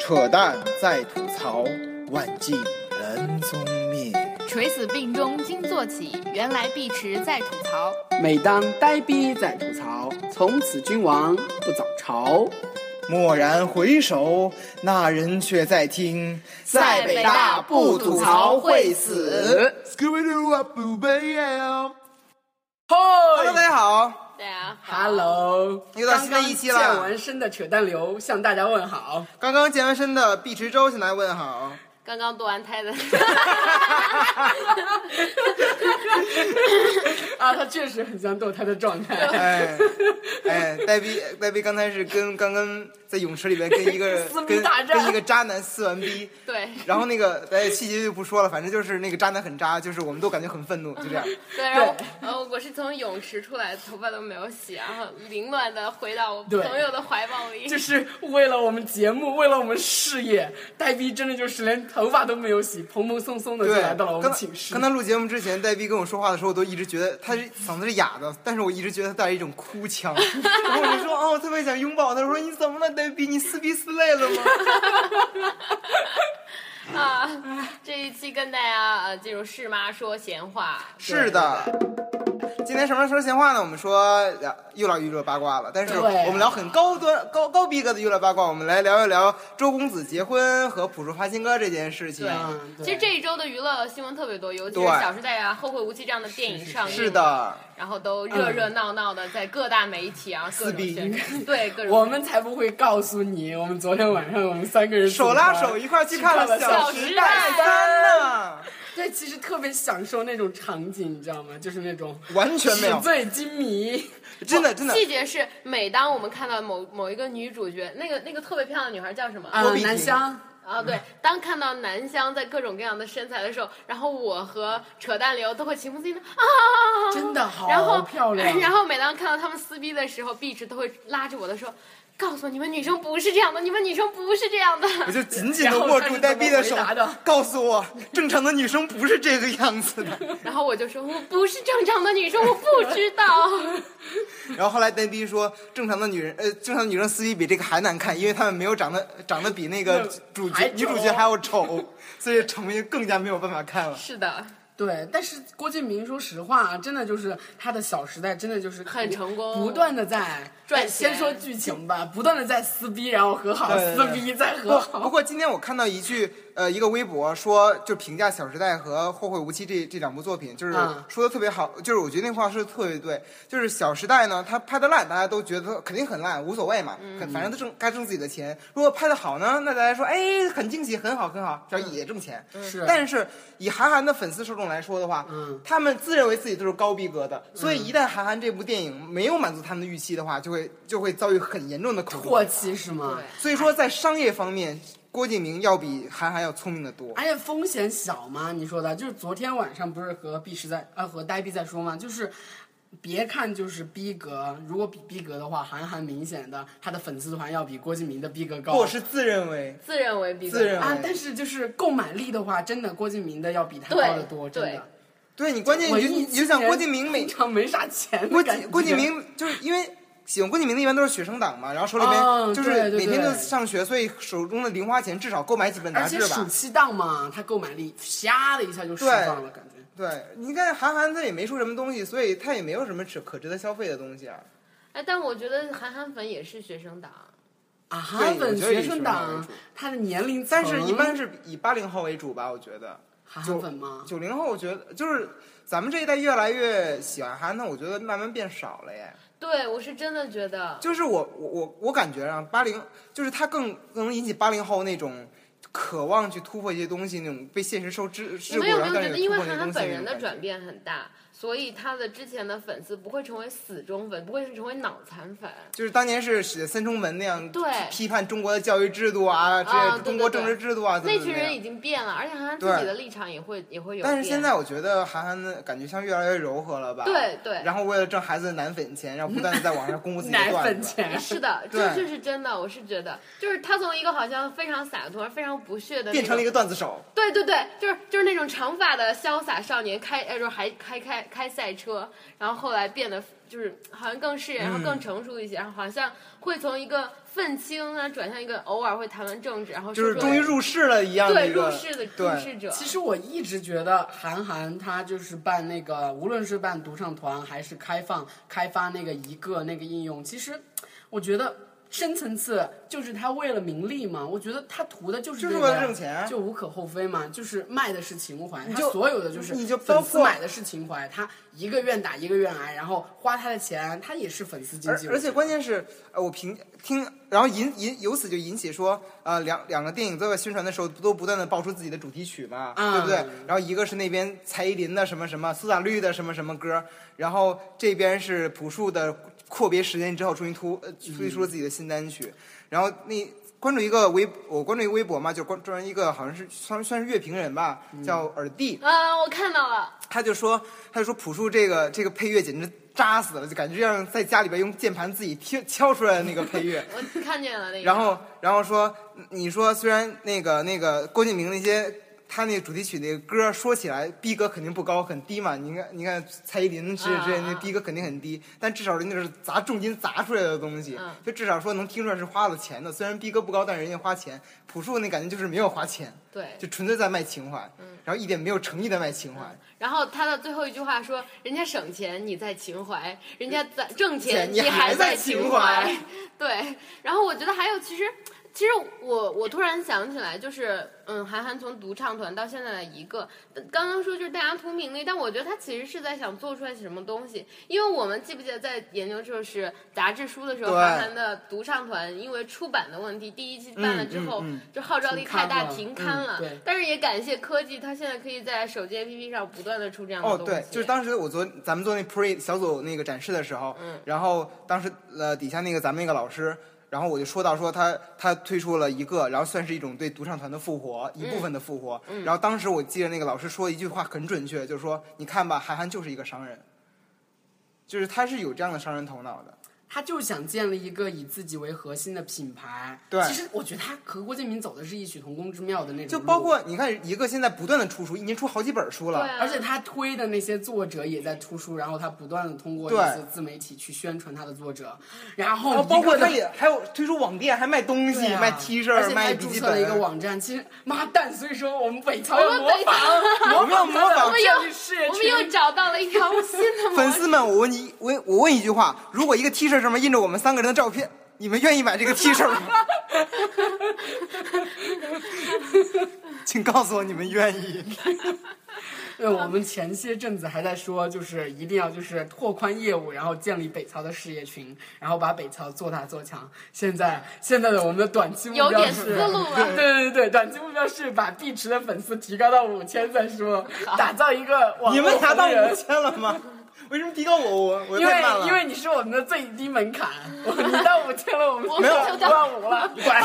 扯淡在吐槽，万径人踪灭。垂死病中惊坐起，原来碧池在吐槽。每当呆逼在吐槽，从此君王不早朝。蓦然回首，那人却在听。在北大不吐槽会死。 Hello，大家好，对啊， Hello，又到新的一期了刚刚健完身的扯淡流向大家问好。 刚刚健完身的毕池洲先来问好。刚刚堕完 胎的，啊，他确实很像堕胎的状态。哎哎，呆逼呆逼，刚才是跟刚跟在泳池里边跟一 个撕逼跟大战跟一个渣男撕完逼，对然后那个哎细节就不说了，反正就是那个渣男很渣，就是我们都感觉很愤怒，就这样。对，然后呃，我是从泳池出来，头发都没有洗，然后凌乱的回到我对朋友的怀抱里。就是为了我们节目，为了我们事业，呆逼真的就是连头发都没有洗，蓬蓬松松的就对，来到了我刚们才寝室刚。才录节目之前，戴逼跟我说话的时候，我都一直觉得他是嗓子是哑的，但是我一直觉得他带着一种哭 腔。然后我就说：“哦，我特别想拥抱他。”我说：“你怎么了，戴逼？你撕逼撕累了 吗啊，这一期跟大家呃进入是妈说闲话。？”是的。今天什么时候说闲话呢？我们说聊又聊娱乐八卦了，但是对啊我们聊很高端、高高逼格的娱乐八卦。我们来聊一聊周公子结婚和朴树发新歌这件事情对。嗯，对其实这一周的娱乐新闻特别多，尤其是对《小时代》啊、《后会无期》这样的电影上映，是，的，然后都热热闹闹的在各大媒体嗯啊各撕种逼宣传， 对各种我们才不会告诉你，我们昨天晚上我们三个人手拉手组团一块儿去看了《去看了小小时时代代三》呢，对，其实特别享受那种场景，你知道吗？就是那种完全没纸有，醉金迷。真的真的。细节是，每当我们看到某某一个女主角，那个那个特别漂亮的女孩叫什么？啊郭碧，婷南湘，啊，对，当看到男香在各种各样的身材的时候，然后我和扯淡流都会情不自禁的啊，真的好然后漂亮。 然后每当看到他们撕逼的时候，壁纸都会拉着我的说。告诉我，你们女生不是这样的，你们女生不是这样 的。我就紧紧的握住戴碧的手然后他是怎么回答的，告诉我，正常的女生不是这个样子的。然后我就说，我不是正常的女生，我不知 道。然后后来戴碧说，正常的女人，呃，正常的女生撕逼比这个还难看，因为她们没有长得长得比那个主角还丑女主角还要丑，所以成为更加没有办法看了。是的，对，但是郭敬明说实话啊，真的就是他的《小时代》，真的就是很成功不断的在赚钱先说剧情吧，不断的在撕逼，然后和好，对对撕逼再和不不 好。过今天我看到一句呃一个微博说，就评价《小时代》和《后会无期这》这两部作品，就是嗯说的特别好，就是我觉得那话说的特别对，就是《小时代》呢，它拍的烂，大家都觉得肯定很烂，无所谓嘛，嗯肯反正都挣该挣自己的钱。如果拍的好呢，那大家说哎很惊喜，很好很好，这嗯也挣钱。是但是以韩寒的粉丝受众来说的话，嗯他们自认为自己都是高逼格的，所以一旦韩寒这部电影没有满足他们的预期的话，就会就会遭遇很严重的口唾弃是吗？对所以说，在商业方面，郭敬明要比韩寒要聪明的多。而且风险小嘛，你说的，就是昨天晚上不是和 B 十在呃和呆逼在说嘛，就是别看就是逼格，如果比逼格的话，韩寒明显的他的粉丝团要比郭敬明的逼格高。我是自认为，自认为比较自认为啊，但是就是购买力的话，真的郭敬明的要比他高得多，真对的。对你关键文你就艺你就想郭敬明每平常没啥钱，郭敬郭敬。明就是因为喜欢郭敬明的一般都是学生党嘛，然后手里哦边就对是对每天对都上学，所以手中的零花钱至少购买几本而杂且志暑吧。期档嘛，他购买力唰的一下就释放了，感觉。对，你看韩寒他也没出什么东西，所以他也没有什么值可值得消费的东西啊。哎，但我觉得韩寒粉也是学生党，啊，对韩粉我觉得以学生学生党为党主，他的年龄层，但是一般是以八零后为主吧，我觉得。韩寒粉吗？九零后，我觉得就是咱们这一代越来越喜欢韩寒，我觉得慢慢变少了耶。对我是真的觉得，就是我我我我感觉啊，八零就是他更更能引起八零后那种渴望去突破一些东西，那种被现实受制我桎梏，没有没然后有觉但是得，又因突为破那些韩东寒西那本种人的感觉转变很大，所以他的之前的粉丝不会成为死忠粉，不会成为脑残粉。就是当年是写三重门那样对批判中国的教育制度啊，这啊对对中国政治制度啊，怎么那怎群么人样。已经变了，而且韩寒自己对的立场也会也会有变。但是现在我觉得韩寒的感觉像越来越柔和了吧？对对然后为了挣孩子的奶粉钱，然后不断的在网上公布自 己的奶段粉子。钱。哎是的，对这这是真的，我是觉得，就是他从一个好像非常洒脱、非常不屑的那种变成了一个段子手，对对对，就是就是那种长发的潇洒少年开，呃，就是还还开开赛车，然后后来变得就是好像更饰演，然后更成熟一些，然后好像会从一个愤青啊转向一个偶尔会谈论政治，然后就是说出终于入世了一样的对一个入世的入对世者，其实我一直觉得韩寒他就是办那个，无论是办独唱团还是开放开发那个一个那个应用，其实我觉得深层次就是他为了名利嘛，我觉得他图的就是、这就是个、为了挣钱啊就无可厚非嘛，就是卖的是情怀，他就所有的就是你就包粉丝括买的是情怀，他一个愿打一个愿挨，然后花他的钱，他也是粉丝经而济，而且关键是，呃，我评听，然后引引由此就引起说，呃，两两个电影都在宣传的时候，都不断的爆出自己的主题曲嘛，嗯对不对？然后一个是那边蔡依林的什么什么，苏打绿的什么什么歌，然后这边是朴树的阔别十年之后终于突呃推出了自己的新单嗯曲，然后那。关注一个微，我关注一个微博嘛，就关专门一个好像是算算是乐评人吧，嗯叫耳帝，啊，我看到了，。他就说，他就说朴树这个这个配乐简直扎死了，就感觉像在家里边用键盘自己听敲出来的那个配乐我看见了那个，然后，然后说，你说虽然那个那个郭敬明那些他那个主题曲那个歌说起来逼格肯定不高，很低嘛。你看，你看蔡依林之类之类啊啊那啊逼格肯定很低，但至少人家是砸重金砸出来的东西嗯，就至少说能听出来是花了钱的。虽然逼格不高，但是人家花钱。朴树那感觉就是没有花钱，对，就纯粹在卖情怀，然后一点没有诚意的卖情怀。然后他的最后一句话说：“人家省钱，你在情怀；人家在挣钱钱，你还还在情情怀。” 对。然后我觉得还有，其实，其实我我突然想起来，就是嗯，韩寒从独唱团到现在的一个，刚刚说就是大家图名利，但我觉得他其实是在想做出来什么东西。因为我们记不记得在研究就是杂志书的时候，对韩寒的独唱团因为出版的问题，第一期办了之后，嗯嗯嗯就号召力太大，停停刊了嗯刊了。对但是也感谢科技，它现在可以在手机 APP 上不断的出这样的哦，东西。对，就是当时我昨咱们做那 pre 小组那个展示的时候，嗯然后当时呃底下那个咱们那个老师，然后我就说到说他他推出了一个，然后算是一种对独唱团的复活，一部分的复活。然后当时我记得那个老师说一句话很准确，就是说你看吧，韩寒就是一个商人，就是他是有这样的商人头脑的。他就想建立一个以自己为核心的品牌。对其实我觉得他和郭敬明走的是异曲同工之妙的那种路，就包括你看一个现在不断的出书，一年出好几本书了，对啊而且他推的那些作者也在出书，然后他不断的通过一对些自媒体去宣传他的作者，然后然后一包括个他也还有推出网店，还卖东西，对啊卖 T 恤，而且他卖还笔注记册了本啊一个网站。其实妈蛋，所以说我们北朝我要们模北仿，我们要模我仿们要去世我们又找到了一条新的 模粉式。丝们，我问你，我我问一句话：如果一个 T 恤上面印着我们三个人的照片，你们愿意买这 个 T 恤吗？ 请告诉我你们愿意。对，我们前些阵子还在说，就是一定要就是拓宽业务，然后建立北朝的事业群，然后把北朝做大做强。现在现在的我们的短期目标有是，点思路啊对对对对，短期目标是把碧池的粉丝提高到五千再说，打造一个网你们络达到红人五千了 吗？为什么提高我？我我因太慢了。为因为你是我们的最低门槛， 我你到五千了，我们我就们到就五到万 五了， 管，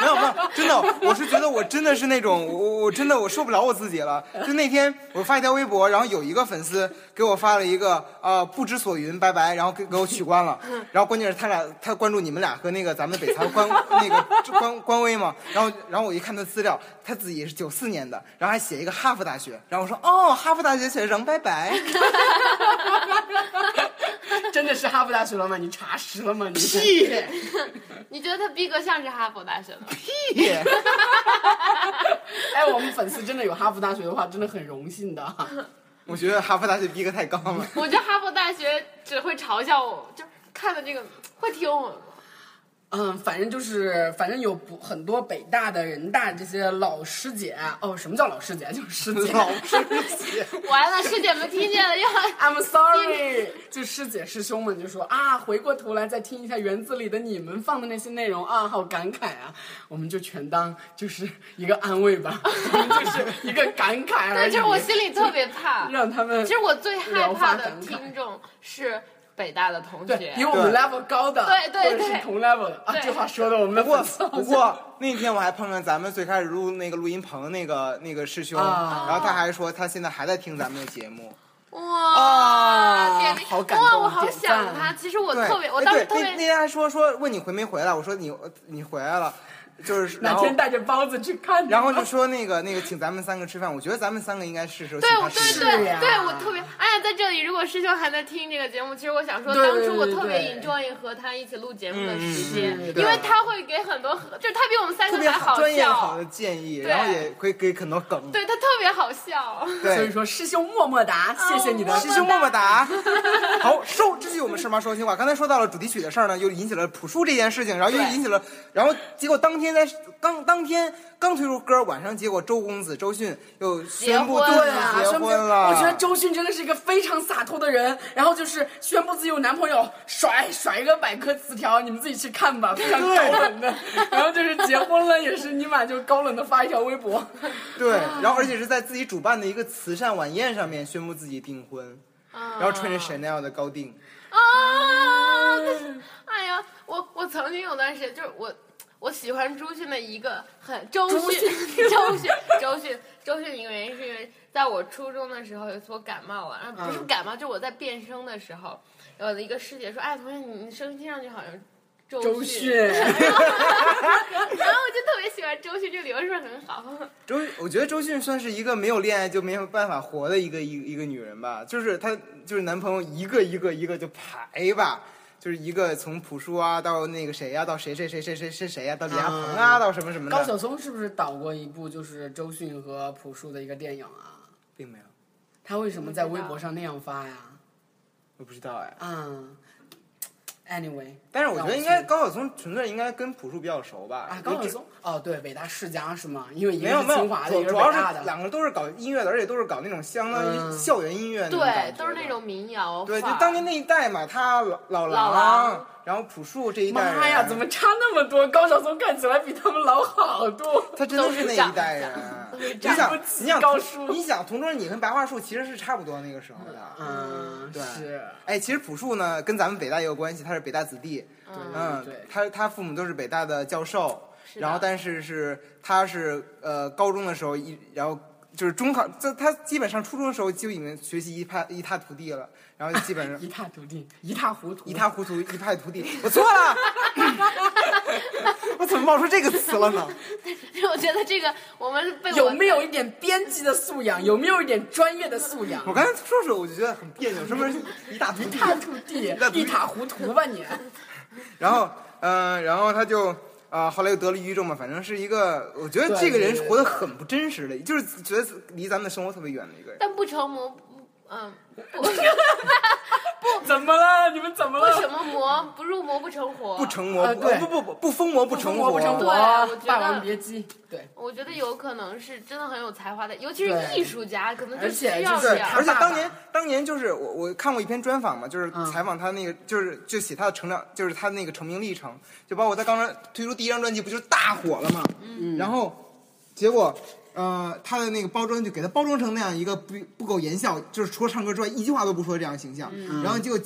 没有没有，真的，我是觉得我真的是那种，我我我真的我受不了我自己了。就那天我发一条微博，然后有一个粉丝给我发了一个呃不知所云，拜拜，然后给给我取关了。然后关键是他俩他关注你们俩和那个咱们北朝官那个官官微嘛，然后然后我一看他资料，他自己是九四年的，然后还写一个哈佛大学，然后我说哦哈佛大学学生，拜拜。真的是哈佛大学了吗？你查实了吗？你 屁你觉得他逼格像是哈佛大学吗？屁，哎，我们粉丝真的有哈佛大学的话，真的很荣幸的。我觉得哈佛大学逼格太高了。我觉得哈佛大学只会嘲笑我，就是看的这个会听我吗？嗯，反正就是，反正有不很多北大的、人大这些老师姐哦，什么叫老师姐？就是师姐。老师姐，完了，师姐们听见 了要 I'm sorry，就 师姐师兄们就说啊，回过头来再听一下园子里的你们放的那些内容啊，好感慨啊，我们就全当就是一个安 慰吧，我们就是一个感慨而对，已。就是哎我心里特别怕。让他们其实我最害怕聊发的感慨听众是北大的同对学比。我们 level 高的，对对或者是对同 level 的啊，对这话说的我们的不过粉丝好不像过那天我还碰上咱们最开始录那个录音棚那个那个师兄，啊然后他还说他现在还在听咱们的节目。啊哇，点名好感动哇，我好点赞想他。其实我对，特别，我哎当时对特那那别天还说说问你回没回来，我说你你回来了。就是哪然后天带着包子去看你吧。然后就说那个那个，请咱们三个吃饭。我觉得咱们三个应该是时候请对，他我对吃。对是呀对，我特别，哎呀，在这里，如果师兄还在听这个节目，其实我想说，对当对初我特别对 enjoy 和他一起录节目的嗯时间，嗯嗯因为对他会给很多，就是他比我们三特个别还好好专业笑好，的建议，对然后也会给很多梗。对他特别好笑。对，所以说师兄么么哦哒，谢谢你的师兄么么哒。 好，收，这是我们事儿妈说心话。刚才说到了主题曲的事儿呢，又引起了朴树这件事情，然后又对引起了，然后结果当天在刚当天刚推出歌，晚上结果周公子周迅又宣布结自婚对了己啊，结说明婚了。我觉得周迅真的是一个非常洒脱的人，然后就是宣布自己有男朋友，甩甩一个百科词条，你们自己去看吧，非常高冷的。然后就是结婚了，也是尼玛就高冷的发一条微博。对，啊然后而且是在自己主办的一个慈善晚宴上面宣布自己订婚，然后嗯啊穿着 Chanel 的高定。啊！但是，哎呀，我我曾经有段时间就是我。我喜欢朱迅的一个很周迅， 周迅，周迅，周迅一个原因是因为在我初中的时候有一次我感冒了，然啊后不嗯是感冒，就是我在变声的时候，有的一个师姐说：“哎，同学，你你声音听上去好像是周迅。迅，哎然后我就特别喜欢周迅这个理由，是不是很 好？周，我觉得周迅算是一个没有恋爱就没有办法活的一个一个一个女人吧，就是她就是男朋友一个一个一个就排吧，就是一个从朴树啊到那个谁呀、到谁谁谁谁谁谁谁呀、到李亚鹏啊，到什么什么嗯高的，晓松是不是导过一部就是周迅和朴树的一个电影啊？并没有，他为什么在微博上那样发呀？我不知道哎。啊，anyway，但是我觉得应该高晓松纯粹应该跟朴树比较熟吧。啊，因为高晓这松哦，对，北大世家是吗？因为一没个有是没有清华，的，一主个是主北要是大的。两个都是搞音乐的，而且都是搞那种相当于嗯校园音乐那种对感，觉都是的那种民谣范对，儿。就当年那一代嘛，他老老狼老狼，然后朴树这一代人，妈呀，怎么差那么多？高晓松看起来比他们老好多。 他真的是那一代人。你长想不，起你想高同，叔你想同桌你跟白桦树其实是差不多那个时候的。嗯，对是，哎，其实朴树呢跟咱们北大也有关系，他是北大子弟，嗯对，他他父母都是北大的教授，是的然后但是是他是呃高中的时候一然后。就是中考，这他基本上初中的时候就已经学习一派一塌糊涂了，然后基本 上一塌涂地，一塌糊涂，一塌糊涂，一派涂地。我错了， 我怎么冒出这个词了呢？ 我觉得这个我们被我有没有一点编辑的素养？有没有一点专业的素养我？刚才说说我就觉得很别扭，是不 是一大涂一地？塌涂地那，不一塌糊涂吧你？然后，嗯、然后他就。啊、后来又得了抑郁症嘛，反正是一个，我觉得对这个人对对活得很不真实的，就是觉得离咱们的生活特别远的一个人。但不成魔，不嗯， 不 怎么了？你们怎么不 了？什么魔，不入魔不成活。不成魔，呃不哎对不不不不疯魔不成活不成活活对我觉得，霸王别姬。对，我觉得有可能是真的很有才华的，尤其是对艺术家，可能就而需且要就这对，样。而且他爸爸当年当年就是我我看过一篇专访嘛，就是嗯采访他那个，就是就写他的成长，就是他那个成名历程，就包括他刚刚推出第一张专辑不就是大火了嘛，嗯，然后结果。呃，他的那个包装就给他包装成那样一个不不苟言笑，就是除了唱歌之外一句话都不说的这样的形象。然后结果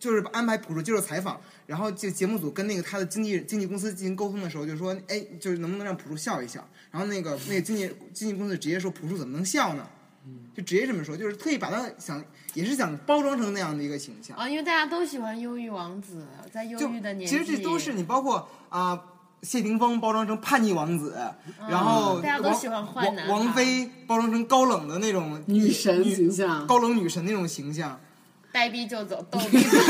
就是安排朴树接受采访，然后就节目组跟那个他的经纪经纪公司进行沟通的时候，就说，哎，就是能不能让朴树笑一笑？然后那个那个经纪经纪公司直接说，朴树怎么能笑呢？就直接这么说，就是特意把他想，也是想包装成那样的一个形象。哦啊，因为大家都喜欢忧郁王子，在忧就郁的年纪，其实这都是你包括啊、谢霆锋包装成叛逆王子，然后嗯大家都王喜欢坏王男孩王菲包装成高冷的那种女神形象高冷女神那种形象。呆逼就走，逗逼就走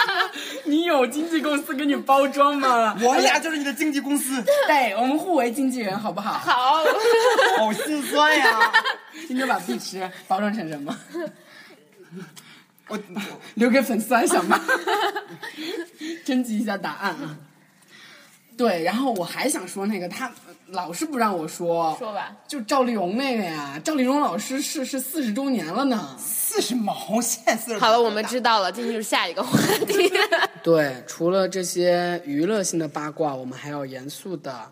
你有经纪公司给你包装吗？哎我们俩就是你的经纪 公司， 对，我们互为经纪人，好不好？好， 好心酸呀！今天把碧池包装成什么？我留给粉丝还想骂， 征集一下答案啊。对，然后我还想说那个，他呃老是不让我说，说吧，就赵丽蓉那个呀，赵丽蓉老师逝世四十周年了呢。四十毛线，四十 好了，我们知道了，这就是下一个话题。 对，除了这些娱乐性的八卦，我们还要严肃的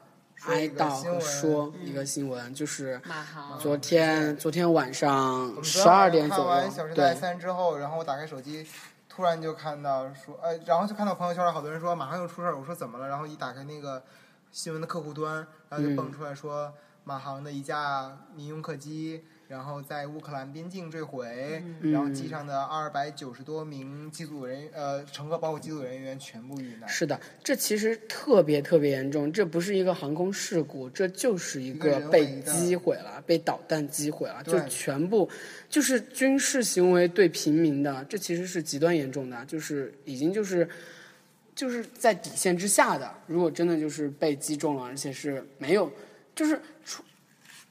哀悼和说嗯一个新闻，就是马航昨天昨天晚上嗯十二点左看完《小右时，代对，三》之后，然后我打开手机，突然就看到说，呃，然后就看到朋友圈里好多人说马上又出事儿，我说怎么了？然后一打开那个嗯新闻的客户端，然后就蹦出来说、马航的一架民用客机然后在乌克兰边境坠毁，嗯然后机上的二百九十多名机组人呃乘客包括机组人员全部遇难，是的，这其实特别特别严重，这不是一个航空事故，这就是一一个个人为被的击毁了、被导弹击毁了，就对全部就是军事行为对平民的，这其实是极端严重的，就是已经就是就是在底线之下的。如果真的就是被击中了，而且是没有就是出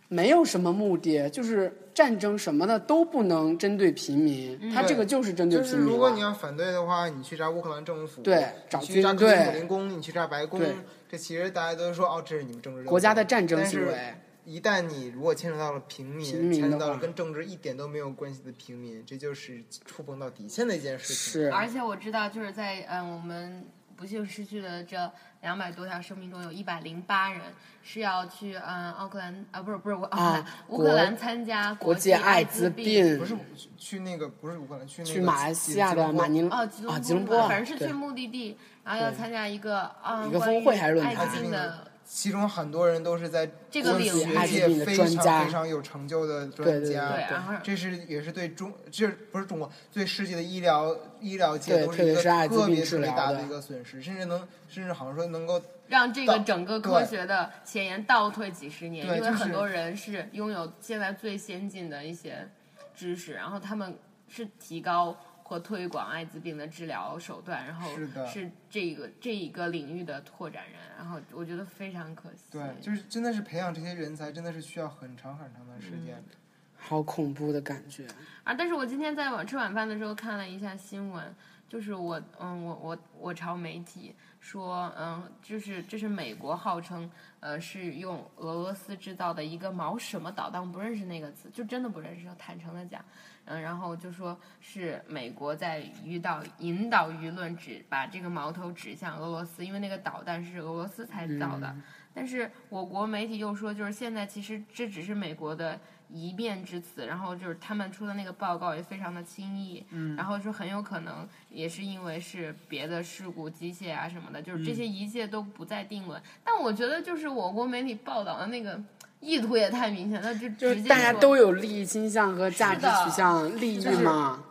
没有什么目的，就是战争什么的都不能针对平民，他嗯这对个就是针对就平是民了。如果你要反对的话，你去炸乌克兰政府，对找你去炸军克里姆队林宫，你去炸白宫对，这其实大家都说哦，这是你们政治斗国家争的战争但行是为。一旦你如果牵扯到了平民，平民牵扯的到了话跟政治一点都没有关系的平民，这就是触碰到底线的一件事情。是，而且我知道，就是在嗯，我们不幸失去的这两百多条生命中，有一百零八人是要去嗯奥克兰啊，不是不是我奥克兰啊 乌国克兰参加国际际艾艾滋滋。病不是去去那个不是乌克兰，去那个去马来西亚的马尼哦，啊吉吉隆坡，坡啊，反正是对去目的地，然后要参加一个啊一个峰会还是论坛艾艾滋滋病病的的，其中很多人都是在这个国际领域学界非常艾滋病的专家非常有成就的对专对对，家。然后这是也是对中，这不是中国，对世界的医疗医疗界对都是特一别个是艾滋特别病治特别疗大的一个损失，甚至能甚至好像说能够让这个到整个对科学的前沿倒退几十年，对因为就是很多人是拥有现在最先进的一些知识，然后他们是提高和推广艾滋病的治疗手段，然后是的是这个这一个领域的拓展人，然后我觉得非常可惜。对，嗯就是真的是培养这些人才，真的是需要很长很长的时间。嗯好恐怖的感觉。啊，但是我今天在晚吃晚饭的时候看了一下新闻，就是我，嗯，我我我朝媒体说，嗯，就是这是美国号称，呃，是用俄罗斯制造的一个毛什么导弹，我不认识那个词，就真的不认识，坦诚的讲，嗯，然后就说是美国在引导引导舆论指把这个矛头指向俄罗斯，因为那个导弹是俄罗斯才造嗯的。但是我国媒体又说，就是现在其实这只是美国的一面之词，然后就是他们出的那个报告也非常的轻易，嗯，然后说很有可能也是因为是别的事故、机械啊什么的，嗯就是这些一切都不再定论。但我觉得就是我国媒体报道的那个意图也太明显了，就直就是接大家说都有利益倾向和价值是的取向、利益就是嘛。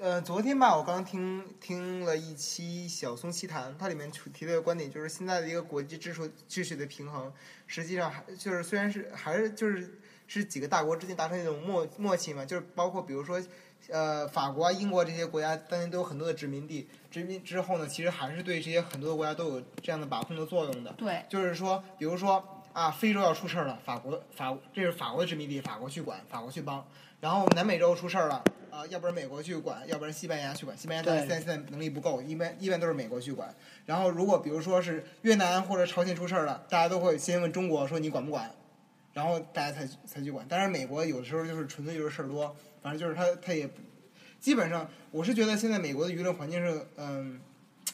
呃，昨天吧，我刚听听了一期《小松奇谈》，它里面提提的一个观点就是现在的一个国际秩序秩序的平衡，实际上还就是虽然是还是就是是几个大国之间达成一种默默契嘛，就是包括比如说。呃，法国、啊、英国这些国家当年都有很多的殖民地，殖民之后呢，其实还是对这些很多国家都有这样的把控的作用的。对，就是说，比如说啊，非洲要出事儿了，法国法这是法国的殖民地，法国去管，法国去帮。然后南美洲出事儿了，啊、要不然美国去管，要不然西班牙去管。西班牙当然对现在能力不够，一般一般都是美国去管。然后如果比如说是越南或者朝鲜出事儿了，大家都会先问中国说你管不管，然后大家才才去管。但是美国有的时候就是纯粹就是事儿多，反正就是他他也基本上，我是觉得现在美国的舆论环境是嗯。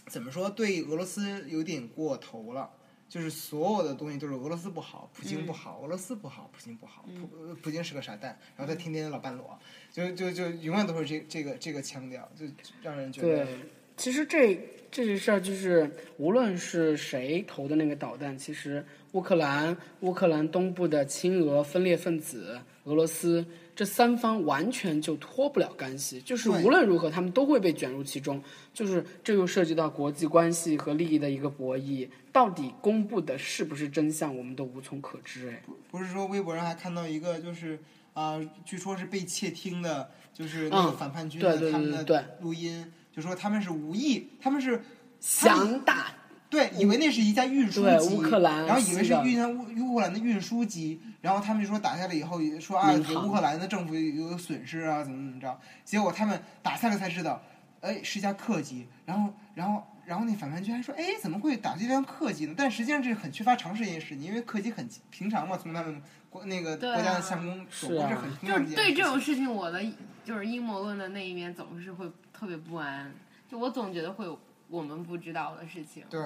怎么说？对俄罗斯有点过头了，就是所有的东西都是俄罗斯不好，普嗯京不好，俄罗斯不好，普京不好，普呃普京是个傻蛋，然后嗯他天天老半裸，就就就永远都是这这个这个腔调，就让人觉得对，其实这这件事儿就是，无论是谁投的那个导弹，其实乌克兰、乌克兰东部的亲俄分裂分子、俄罗斯这三方完全就脱不了干系，就是对无论如何他们都会被卷入其中。就是这又涉及到国际关系和利益的一个博弈，到底公布的是不是真相，我们都无从可知。哎，不是说微博上还看到一个就是啊、据说是被窃听的，就是那个嗯反叛军对的对他对们对对的录音，就说他们是无意，他们是想打对，以为那是一架运输嗯对机，乌克兰然后以为是是的运乌乌克兰的运输机，然后他们就说打下来以后也说啊，民给航乌克兰的政府有损失啊，怎么怎么着，结果他们打下来才知道，哎，是一架客机，然后然后。然后那反叛军还说：“哎，怎么会打这辆客机呢？”但实际上这是很缺乏常识的一件事情，因为客机很平常嘛，从他们国那个对国啊家的相公手是过啊是很平就常的是一件事对情。这种事情，我的就是阴谋论的那一面总是会特别不安，就我总觉得会有我们不知道的事情。对，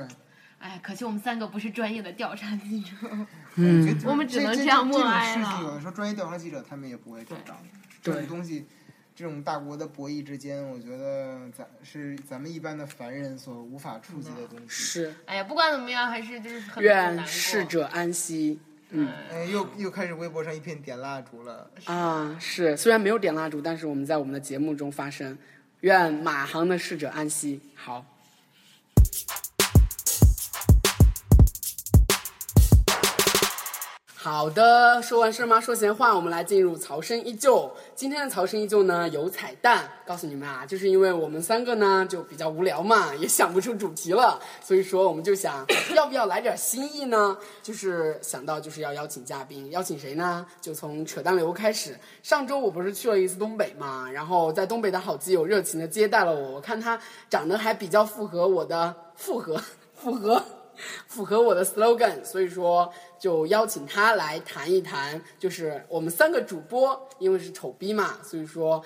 哎，可惜我们三个不是专业的调查记者。 我嗯觉得就是我们只能这这样默这哀这种事了情，有的时候专业调查记者他们也不会找到。这对种东西，这种大国的博弈之间，我觉得咱是咱们一般的凡人所无法触及的东西。是哎呀，不管怎么样，还是就是很愿逝者安息。嗯哎，又又开始微博上一片点蜡烛了。啊，是，虽然没有点蜡烛，但是我们在我们的节目中发声，愿马航的逝者安息。好，好的，说完事儿妈说闲话，我们来进入曹生依旧。今天的曹生依旧呢有彩蛋，告诉你们啊，就是因为我们三个呢就比较无聊嘛，也想不出主题了，所以说我们就想要不要来点新意呢？就是想到就是要邀请嘉宾，邀请谁呢？就从扯淡流开始。上周我不是去了一次东北嘛，然后在东北的好基友热情的接待了我，我看他长得还比较符合我的符合符合。 符合我的 slogan，所以说就邀请他来谈一谈，就是我们三个主播，因为是丑逼嘛，所以说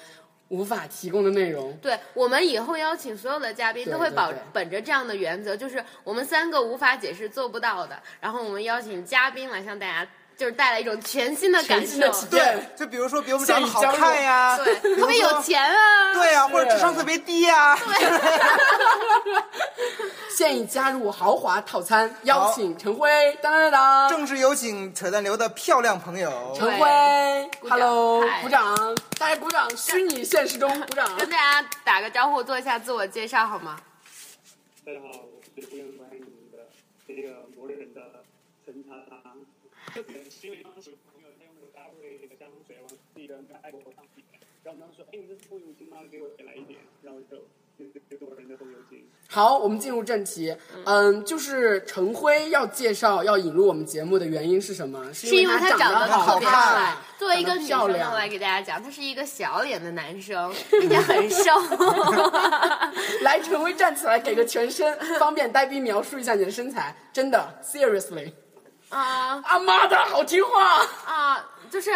无法提供的内容。对我们以后邀请所有的嘉宾对都会保对对本着这样的原则，就是我们三个无法解释、做不到的，然后我们邀请嘉宾来向大家就是带来一种全新的感全新受的，体验，就比如说比我们长得好现实交看流呀，对，比特如别有说钱啊，对呀，或者智商特别低呀。 现已加入豪华套餐，邀好请陈辉，当当当当，正式有请扯淡流的漂亮朋友。陈辉鼓掌，Hello，嗨鼓掌，大家鼓掌，虚拟现实中鼓 掌。跟大家打个招呼，做一下自我介绍好吗？大家好，我是不用关你们的这个魔人的陈茶茶。这个是因为当时有朋友他用那个大卫那个香水往自己的那个爱国上点，然后我当时说，哎，你这是风油精吗？给我也来一点，然后就就就就做人的风油精。好，我们进入正题。嗯，就是陈辉要介绍、要引入我们节目的原因是什么？是是因为他他长得得好特好别看帅。作为一个长得女漂生呢，亮我来给大家讲，他是一个小脸的男生，并且很 瘦。来，陈威站起来给个全身，方便呆逼描述一下你的身材。真的，seriously，啊啊妈的好听话，啊，就是，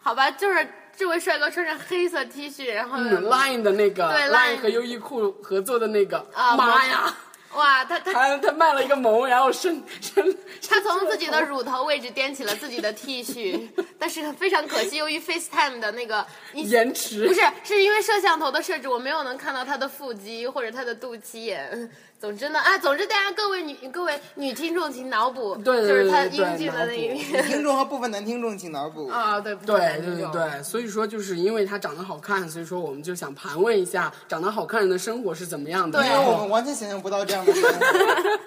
好吧，就是这位帅哥穿着黑色 T 恤，然后、嗯，Line 的那个对 Line Line 和优衣库合作的那个，啊妈萌呀，哇， 他他他他卖了一个萌，然后伸 伸，他从自己的乳头位置踮起了自己的 T 恤， 但是非常可惜，由于 FaceTime 的那个你延迟不是是因为摄像头的设置，我没有能看到他的腹肌或者他的肚脐眼。总之呢，啊，总之大家各位女各位女听众请脑补，对对就是他对对英俊的那一脑 面听众和部分男听众请脑补。啊，对对对对，对，所以说就是因为他长得好看，所以说我们就想盘问一下长得好看人的生活是怎么样的。对因为我们完全想象不到这样的生活。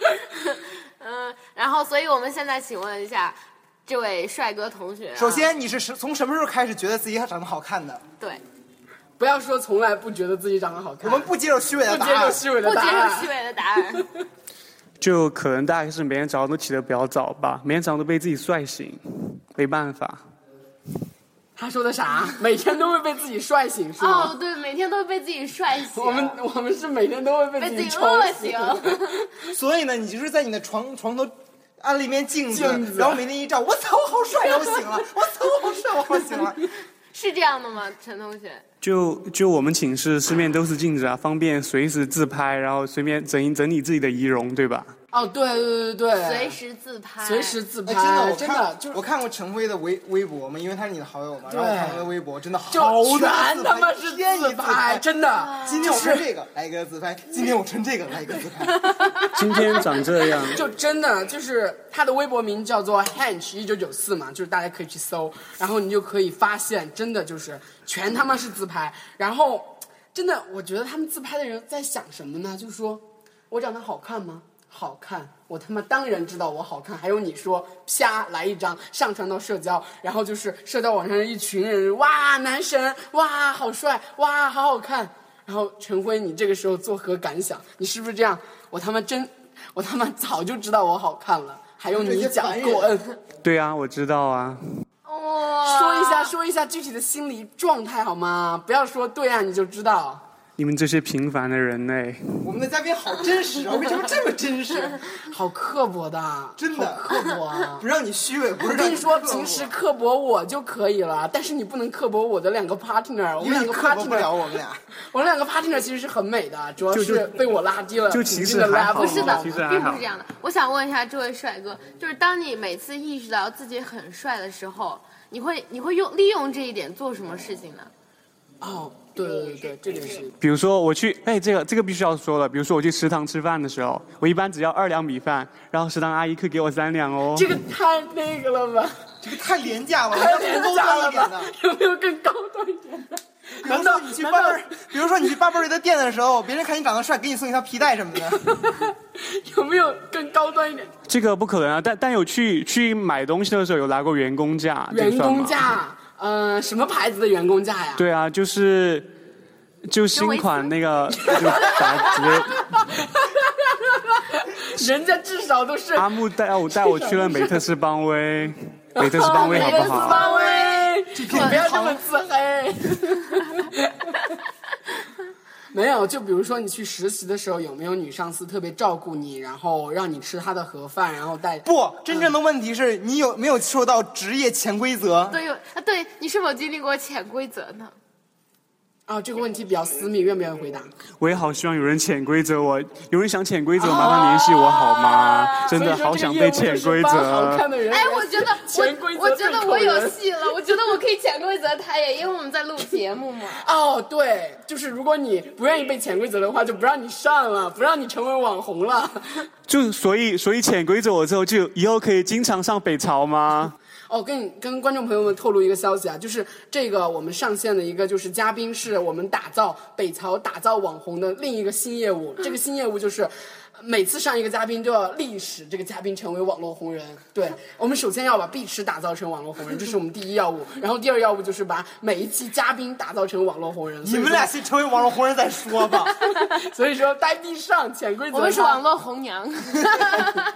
嗯，然后所以我们现在请问一下这位帅哥同学啊、首先，你是什从什么时候开始觉得自己长得好看的？对不要说从来不觉得自己长得好我看，们不接受虚伪的不答接受案。虚伪的不答接案，受虚伪的答 案，就可能大概是每天早上都起得比较早吧，每天早上都被自己帅醒，没办法。他说的啥？每天都会被自己帅醒是吗？哦，对，每天都被自己帅醒，我们我们是每天都会被被自己己抽饿醒。醒。所以呢，你就是在你的床床头安了一面镜子，镜子然后每天一照，我操，我好帅，我醒了，我操，我好帅，我好醒 了。 是这样的吗，陈同学？就就我们寝室四面都是镜子啊，方便随时自拍，然后随便整整理自己的仪容，对吧？哦，对对对对，随时自拍，随时自哎，拍，真的，我真看的就是我看过陈辉的微微博嘛，因为他是你的好友嘛，然后我看他的微博真的好就多全自他拍妈是天一自拍，真啊的今天我穿这个来一个自 拍，今天我穿这个来一个自拍。 今天长这样，就真的就是他的微博名叫做 Hench 一九九四嘛，就是大家可以去搜，然后你就可以发现，真的就是全他妈是自拍。然后真的，我觉得他们自拍的人在想什么呢？就是说我长得好看吗？好看，我他妈当然知道我好看。还有你说啪来一张上传到社交，然后就是社交网上一群人哇男神哇好帅哇好好看。然后陈辉，你这个时候作何感想？你是不是这样？我他妈真，我他妈早就知道我好看了，还用你讲这些滚？ 对啊，我知道啊。哇，嗯说一下，说一下具体的心理状态好吗？不要说对啊你就知道。你们这些平凡的人哎类，我们的嘉宾好真实啊！为什么这么真实？ 好刻薄的，啊真的好刻薄啊！不让你虚伪，不是我让跟你说，刻薄平时刻薄我就可以了，但是你不能刻薄我的两个 partner，我因为们两你个刻薄不 partner，了我们 俩。我们两个 partner 其实是很美的，主要就是被我拉低了就平其均实的还 level。好不是的，其并实还好不是这样的。我想问一下这位帅哥，就是当你每次意识到自己很帅的时候，你会你会用利用这一点做什么事情呢？哦，对对对对，这点是比如说我去，哎，这个这个必须要说了。比如说我去食堂吃饭的时候，我一般只要二两米饭，然后食堂阿姨会给我三两哦。这个太那个了吧？这个太廉价了，太能廉高价端一了点的吧。？有没有更高端一点的？比如难道说你去难八道辈，比如说你去八辈儿的店的时候，别人看你长得帅，给你送一条皮带什么的。 有没有更高端一点？这个不可能啊！但但有去去买东西的时候有拿过员工价，这个员算吗工？价，呃，什么牌子的员工价呀？对啊，就是就新款 那个，就把它直接人家至少都是阿木带我带我去了美特斯邦 威，美特斯邦威好不斯好？邦威，你不要这么自黑。 没有，就比如说你去实习的时候，有没有女上司特别照顾你，然后让你吃她的盒饭，然后带不，真正的问题是你有没有受到职业潜规则？对，有啊，对你是否经历过潜规则呢？啊？这个问题比较私密，愿不愿意回答？我也好希望有人潜规则我，有人想潜规则，麻烦联系我好吗？真的啊所以说好想这个业被务就是潜规帮好则看。的人来哎，我觉得潜规我则我觉得我有人戏了，我觉得我可以潜规则他耶，因为我们在录节目嘛。哦，对，就是如果你不愿意被潜规则的话，就不让你上了，不让你成为网红了。就所以所以潜规则我之后，就以后可以经常上北朝吗？哦，跟你跟观众朋友们透露一个消息啊，就是这个我们上线的一个就是嘉宾是我们打造北朝打造网红的另一个新业务，这个新业务就是。每次上一个嘉宾都要历史这个嘉宾成为网络红人，对我们首先要把碧池打造成网络红人，这是我们第一要务。然后第二要务就是把每一期嘉宾打造成网络红人。你所以们说俩，先成为网络红人再说吧。 所以说呆逼上潜规则上。我们是网络红娘，哎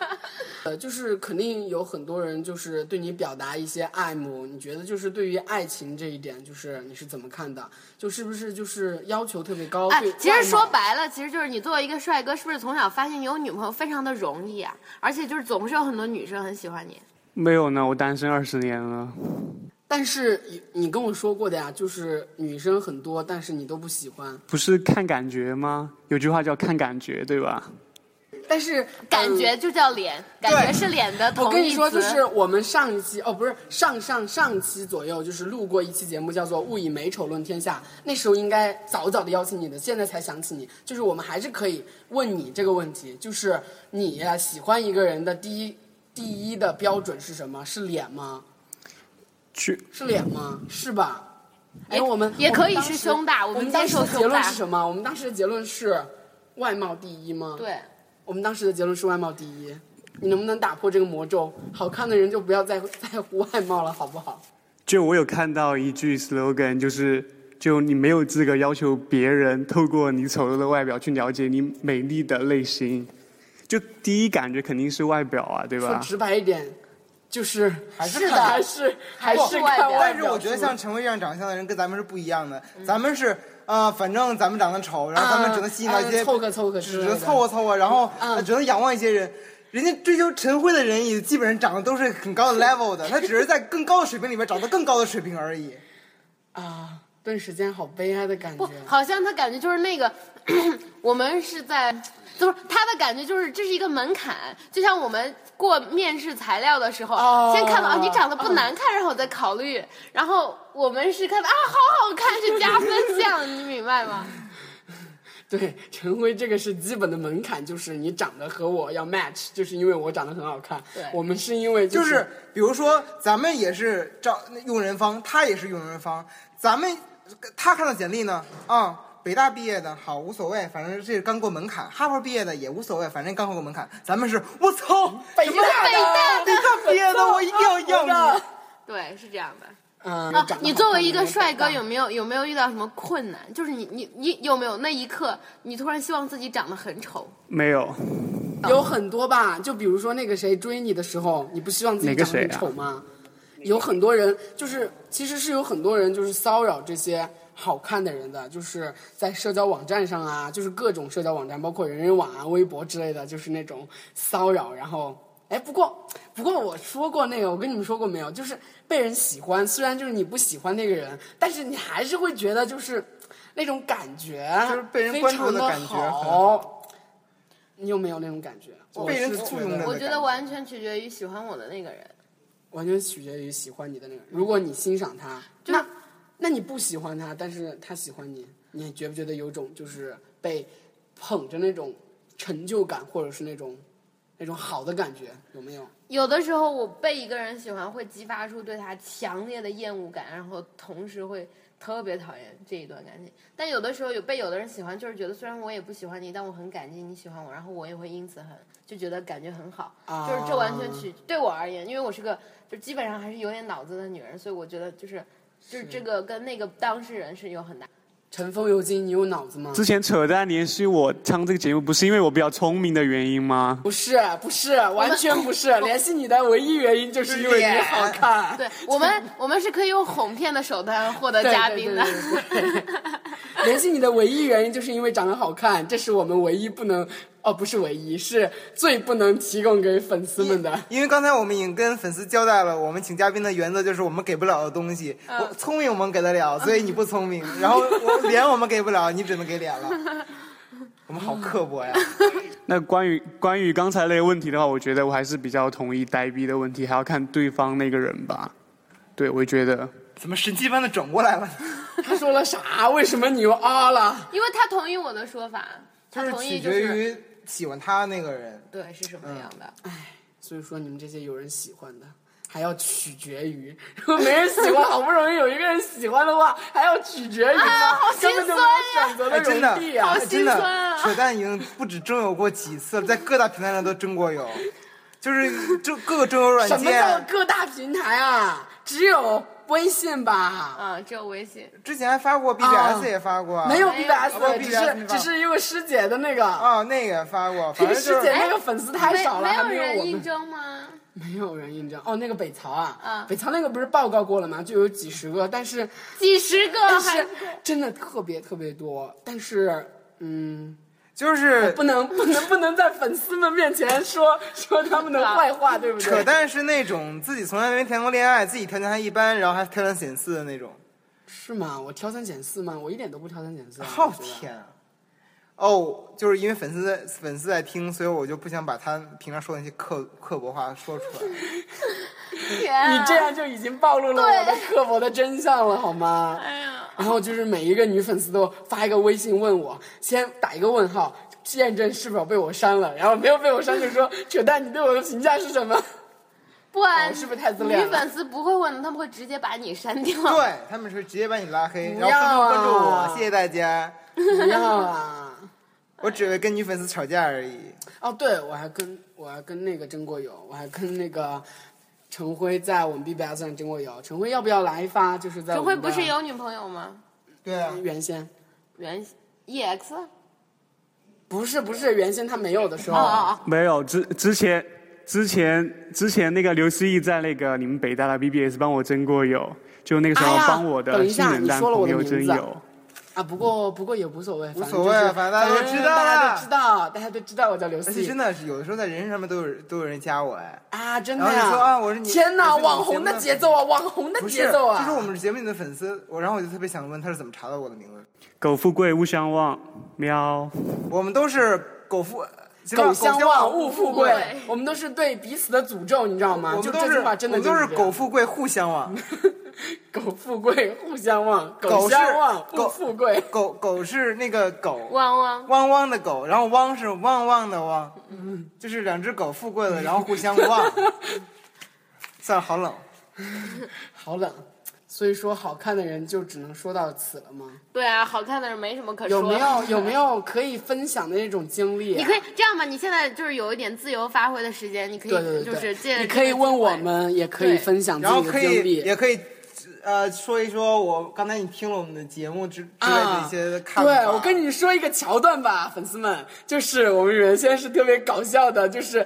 呃，就是肯定有很多人就是对你表达一些爱慕，你觉得就是对于爱情这一点，就是你是怎么看的？就是不是就是要求特别高？哎对，其外实说貌白了，其实就是你作为一个帅哥，是不是从小发现有女朋友非常的容易啊？而且就是总是有很多女生很喜欢你。没有呢，我单身二十年了。但是你你跟我说过的呀，就是女生很多，但是你都不喜欢。不是看感觉吗？有句话叫看感觉，对吧？但是感、觉就叫脸，感觉是脸的嗯嗯我同义词。跟你说，就是我们上一期哦，不是上上上期左右，就是录过一期节目，叫做《勿以美丑论天下》。那时候应该早早的邀请你的，现在才想起你。就是我们还是可以问你这个问题，就是你啊喜欢一个人的第一第一的标准是什么？是脸吗？去是脸吗？是吧？也哎，我们也可以我们当时是胸大我我们们当时的接受结胸论大是什么？我们当时的结论是外貌第一吗？。对，我们当时的结论是外貌第一，你能不能打破这个魔咒？好看的人就不要再 在乎外貌了，好不好？就我有看到一句 slogan，就是就你没有资格要求别人透过你丑陋的外表去了解你美丽的内心。就第一感觉肯定是外表啊，对说吧？直白一点，就是还是看还是 还不是看外但表是我觉得吗像陈辉这样长相的人跟咱们是不一样的，咱们是呃，反正咱们长得丑，然后咱们只能吸引到一些啊凑合凑合之只类的能凑合凑合，然后嗯呃只能仰望一些人。人家追求陈辉的人也基本上长得都是很高的 level 的，他只是在更高的水平里面找到更高的水平而已。啊，顿时间好悲哀的感觉不。，好像他感觉就是那个， 我们是在，就是他的感觉就是这是一个门槛，就像我们过面试材料的时候，哦先看到啊你长得不难看，然后我再考虑，然后我们是看到啊好好看是加分项，你明白 吗？对，陈辉这个是基本的门槛，就是你长得和我要 match，就是因为我长得很好看。对我们是因为就是是比如说，咱们也是招用人方，他也是用人方，咱们他看到简历呢，啊、北大毕业的好无所谓，反正这是刚过门槛；哈佛毕业的也无所谓，反正刚过门槛。咱们是，我 操，北什么大的，北大毕业的，我一定要我的要你。对，是这样的。嗯，啊长，得你好作为看一的个人帅北哥，大有没有有没有遇到什么困难？就是你你你有没有那一刻，你突然希望自己长得很丑？没有，嗯有很多吧，就比如说那个谁追你的时候，你不希望自己哪个长得很谁啊丑吗？有很多人就是，其实是有很多人就是骚扰这些好看的人的，就是在社交网站上啊，就是各种社交网站，包括人人网啊、微博之类的，就是那种骚扰。然后，哎，不过不过我说过那个，我跟你们说过没有？就是被人喜欢，虽然就是你不喜欢那个人，但是你还是会觉得就是那种感觉，就是被人关注的感觉非常地好。你有没有那种感觉？我被人是簇觉拥得的我感觉觉得完全取决于喜欢我的那个人。完全取决于喜欢你的那个人。如果你欣赏他，就是那那你不喜欢他，但是他喜欢你，你觉不觉得有种就是被捧着那种成就感，或者是那种那种好的感觉，有没有？有的时候我被一个人喜欢，会激发出对他强烈的厌恶感，然后同时会特别讨厌这一段感情。但有的时候有被有的人喜欢，就是觉得虽然我也不喜欢你，但我很感激你喜欢我，然后我也会因此很就觉得感觉很好。啊就是这完全取对我而言，因为我是个就基本上还是有点脑子的女人，所以我觉得就是就是这个跟那个当事人是有很大。尘封尤金，你有脑子吗？之前扯淡连续我上这个节目，不是因为我比较聪明的原因吗？不是，不是，完全不是。联系你的唯一原因就是因为你好看。对我们，我们是可以用哄骗的手段获得嘉宾的。对对对对对联系你的唯一原因就是因为长得好看，这是我们唯一不能哦，不是唯一，是最不能提供给粉丝们的。因为刚才我们已经跟粉丝交代了，我们请嘉宾的原则就是我们给不了的东西。我聪明我们给得了，所以你不聪 明。然后我脸我们给不了，你只能给脸了。我们好刻薄 呀！那关于关于刚才那个问题的话，我觉得我还是比较同意呆逼的问题，还要看对方那个人吧。对，我觉得怎么神奇般的转过来了？他说了啥？为什么你又啊了？因为他同意我的说法，他同取意就决是于喜欢他那个人。对是什么样的。嗯所以说你们这些有人喜欢的，还要取决于，如果没人喜欢，好不容易有一个人喜欢的话，还要取决哎于吗？根本就没有选择哎，真的的余地，啊！哎真的心酸，啊扯淡已经不止征友过几次了，在各大平台上都征过友，就是这各个征友软什么叫件。各大平台啊？只有微信吧？啊，只有微信。之前还发过啊 BBS 也发过，没有没有 BBS，哦只 BBS 没是发只是因为师姐的那个，啊，那个也发过，反正就师是姐那个粉丝太哎没少了，还没有有人我应们征吗？没有人印证。哦，那个北曹啊啊，北曹那个不是报告过了吗？就有几十个，但是几十个但哦还是真的特别特别多，但是嗯，就是不能不能不能在粉丝们面前说说他们的坏话，对不扯对？淡是那种自己从来没谈过恋爱，自己条件还一般，然后还挑三拣四的那种。是吗？我挑三拣四吗？我一点都不挑三拣四啊。好我觉得天啊！哦，就是因为粉丝在粉丝在听，所以我就不想把他平常说的那些刻刻薄话说出来。天啊你这样就已经暴露了我的刻薄的真相了，好吗？哎呀，然后就是每一个女粉丝都发一个微信问我，先打一个问号，验证是否被我删了，然后没有被我删就说扯淡，你对我的评价是什么？ 不然、哦是不是太自恋了女粉丝不会问的，他们会直接把你删 掉。对他们是直接把你拉黑，不然后要纷纷关注啊我，谢谢大家。不要啊！我只为跟女粉丝吵架而已。哦，对，我还跟我还跟那个争过友，我还跟那个陈辉在我们 BBS 上争过友。陈辉要不要来一发？就是在陈我辉们不的呃是有女朋友吗？对啊，原先原，E EX 哦不是不是原先他没有的时候，哦哦没有之之前之前之前那个刘思义在那个你们北大的 BBS 帮我争过友，就那个时候哎呀帮我等的一新下人你单说了我朋的友名争字啊友。啊，不过不过也无所谓，无所谓啊反反正正大家就都是知道大家了都知道，大家都知道我叫刘而思且怡真的是有的时候在人人上面都有都有人加我哎，啊，真的然后呀！就说啊我是你天我哪，是你网红的节奏啊，网红的不是，节奏啊！就是我们节目里的粉丝，我然后我就特别想问他是怎么查到我的名字？苟富贵，勿相忘。喵，我们都是苟富什么苟相忘，勿勿富贵贵。我们都是对彼此的诅咒，你知道吗？我就们这都句是话真的我们就都是这样苟富贵，互相忘。 苟富贵，互相忘，苟是相忘，勿苟富贵。狗狗是那个哦，狗，汪汪。汪汪的狗，然后汪是汪汪的汪，嗯就是两只狗富贵了，然后互相 忘。算了，好冷。好冷，所以说好看的人就只能说到此了吗？对啊，好看的人没什么可说有的。没有有没有可以分享的那种经历啊、 你可以这样吧，你现在就是有一点自由发挥的时间，你可以对对对就对，是借你可以问我，们，也可以对分享自然后己的可经以历。也可以，呃，说一说我刚才你听了我们的节目之之类的一些看法。啊嗯对，我跟你说一个桥段吧， 粉丝们，就是我们原先是特别搞笑的，就是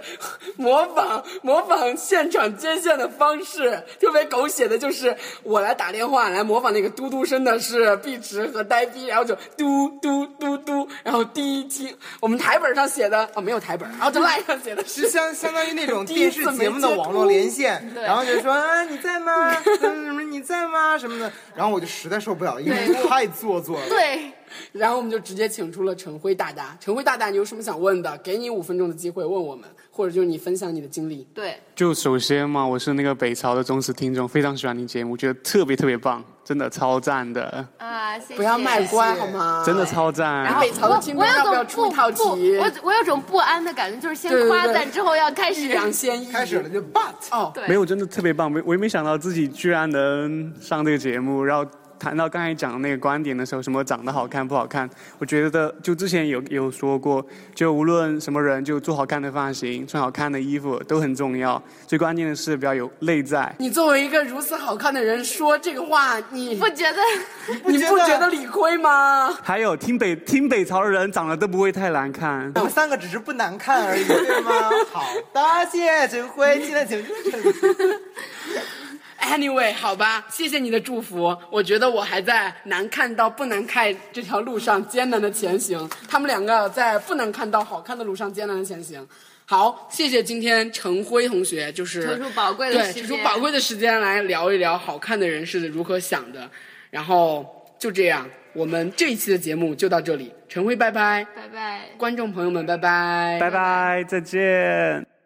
模仿模仿现场接线的方式，特别狗血的，就是我来打电话来模仿那个嘟嘟声的是壁纸和呆逼，然后就嘟嘟嘟嘟，然后第一听我们台本上写的哦没有台本，然 后就赖上写的是是相相当于那种 第一电次视没嗯节目的接网触络连线，对然后就说啊你在 嗯吗？什么什么你在吗？什么的，然后我就实在受不了，因为对太做作了。对，然后我们就直接请出了陈辉大大。陈辉大大，你有什么想问的？给你五分钟的机会问我们，或者就是你分享你的经历。对，就首先嘛，我是那个北朝的忠实听众，非常喜欢你节目，觉得特别特别棒，真的超赞的，啊，谢谢。不要卖乖谢好吗？真的超赞。然后北朝的听我众有要不种要不出一套不题？我我有种不安的感觉，就是先对对夸对赞之后要开始。两先一开始了就 but，哦，对，没有，真的特别棒，没我也没想到自己居然能上这个节目。然后谈到刚才讲的那个观点的时候，什么长得好看不好看，我觉得就之前有有说过，就无论什么人，就做好看的发型、穿好看的衣服都很重要。最关键的是不要有内在。你作为一个如此好看的人说这个话，你不觉得？ 你觉不得觉得理亏吗？还有听北听北朝的人长得都不会太难看。我们三个只是不难看而已，对 吗？好的，谢谢陈辉，现在请出场。 Anyway，好吧，谢谢你的祝福。我觉得我还在难看到不难看这条路上艰难的前行，他们两个在不难看到好看的路上艰难的前行。好，谢谢今天陈辉同学，就是抽出宝贵的时对，间抽出宝贵的时间来聊一聊好看的人是如何想的。然后就这样，我们这一期的节目就到这里。陈辉，拜拜，拜拜。观众朋友们，拜拜，拜拜，再见。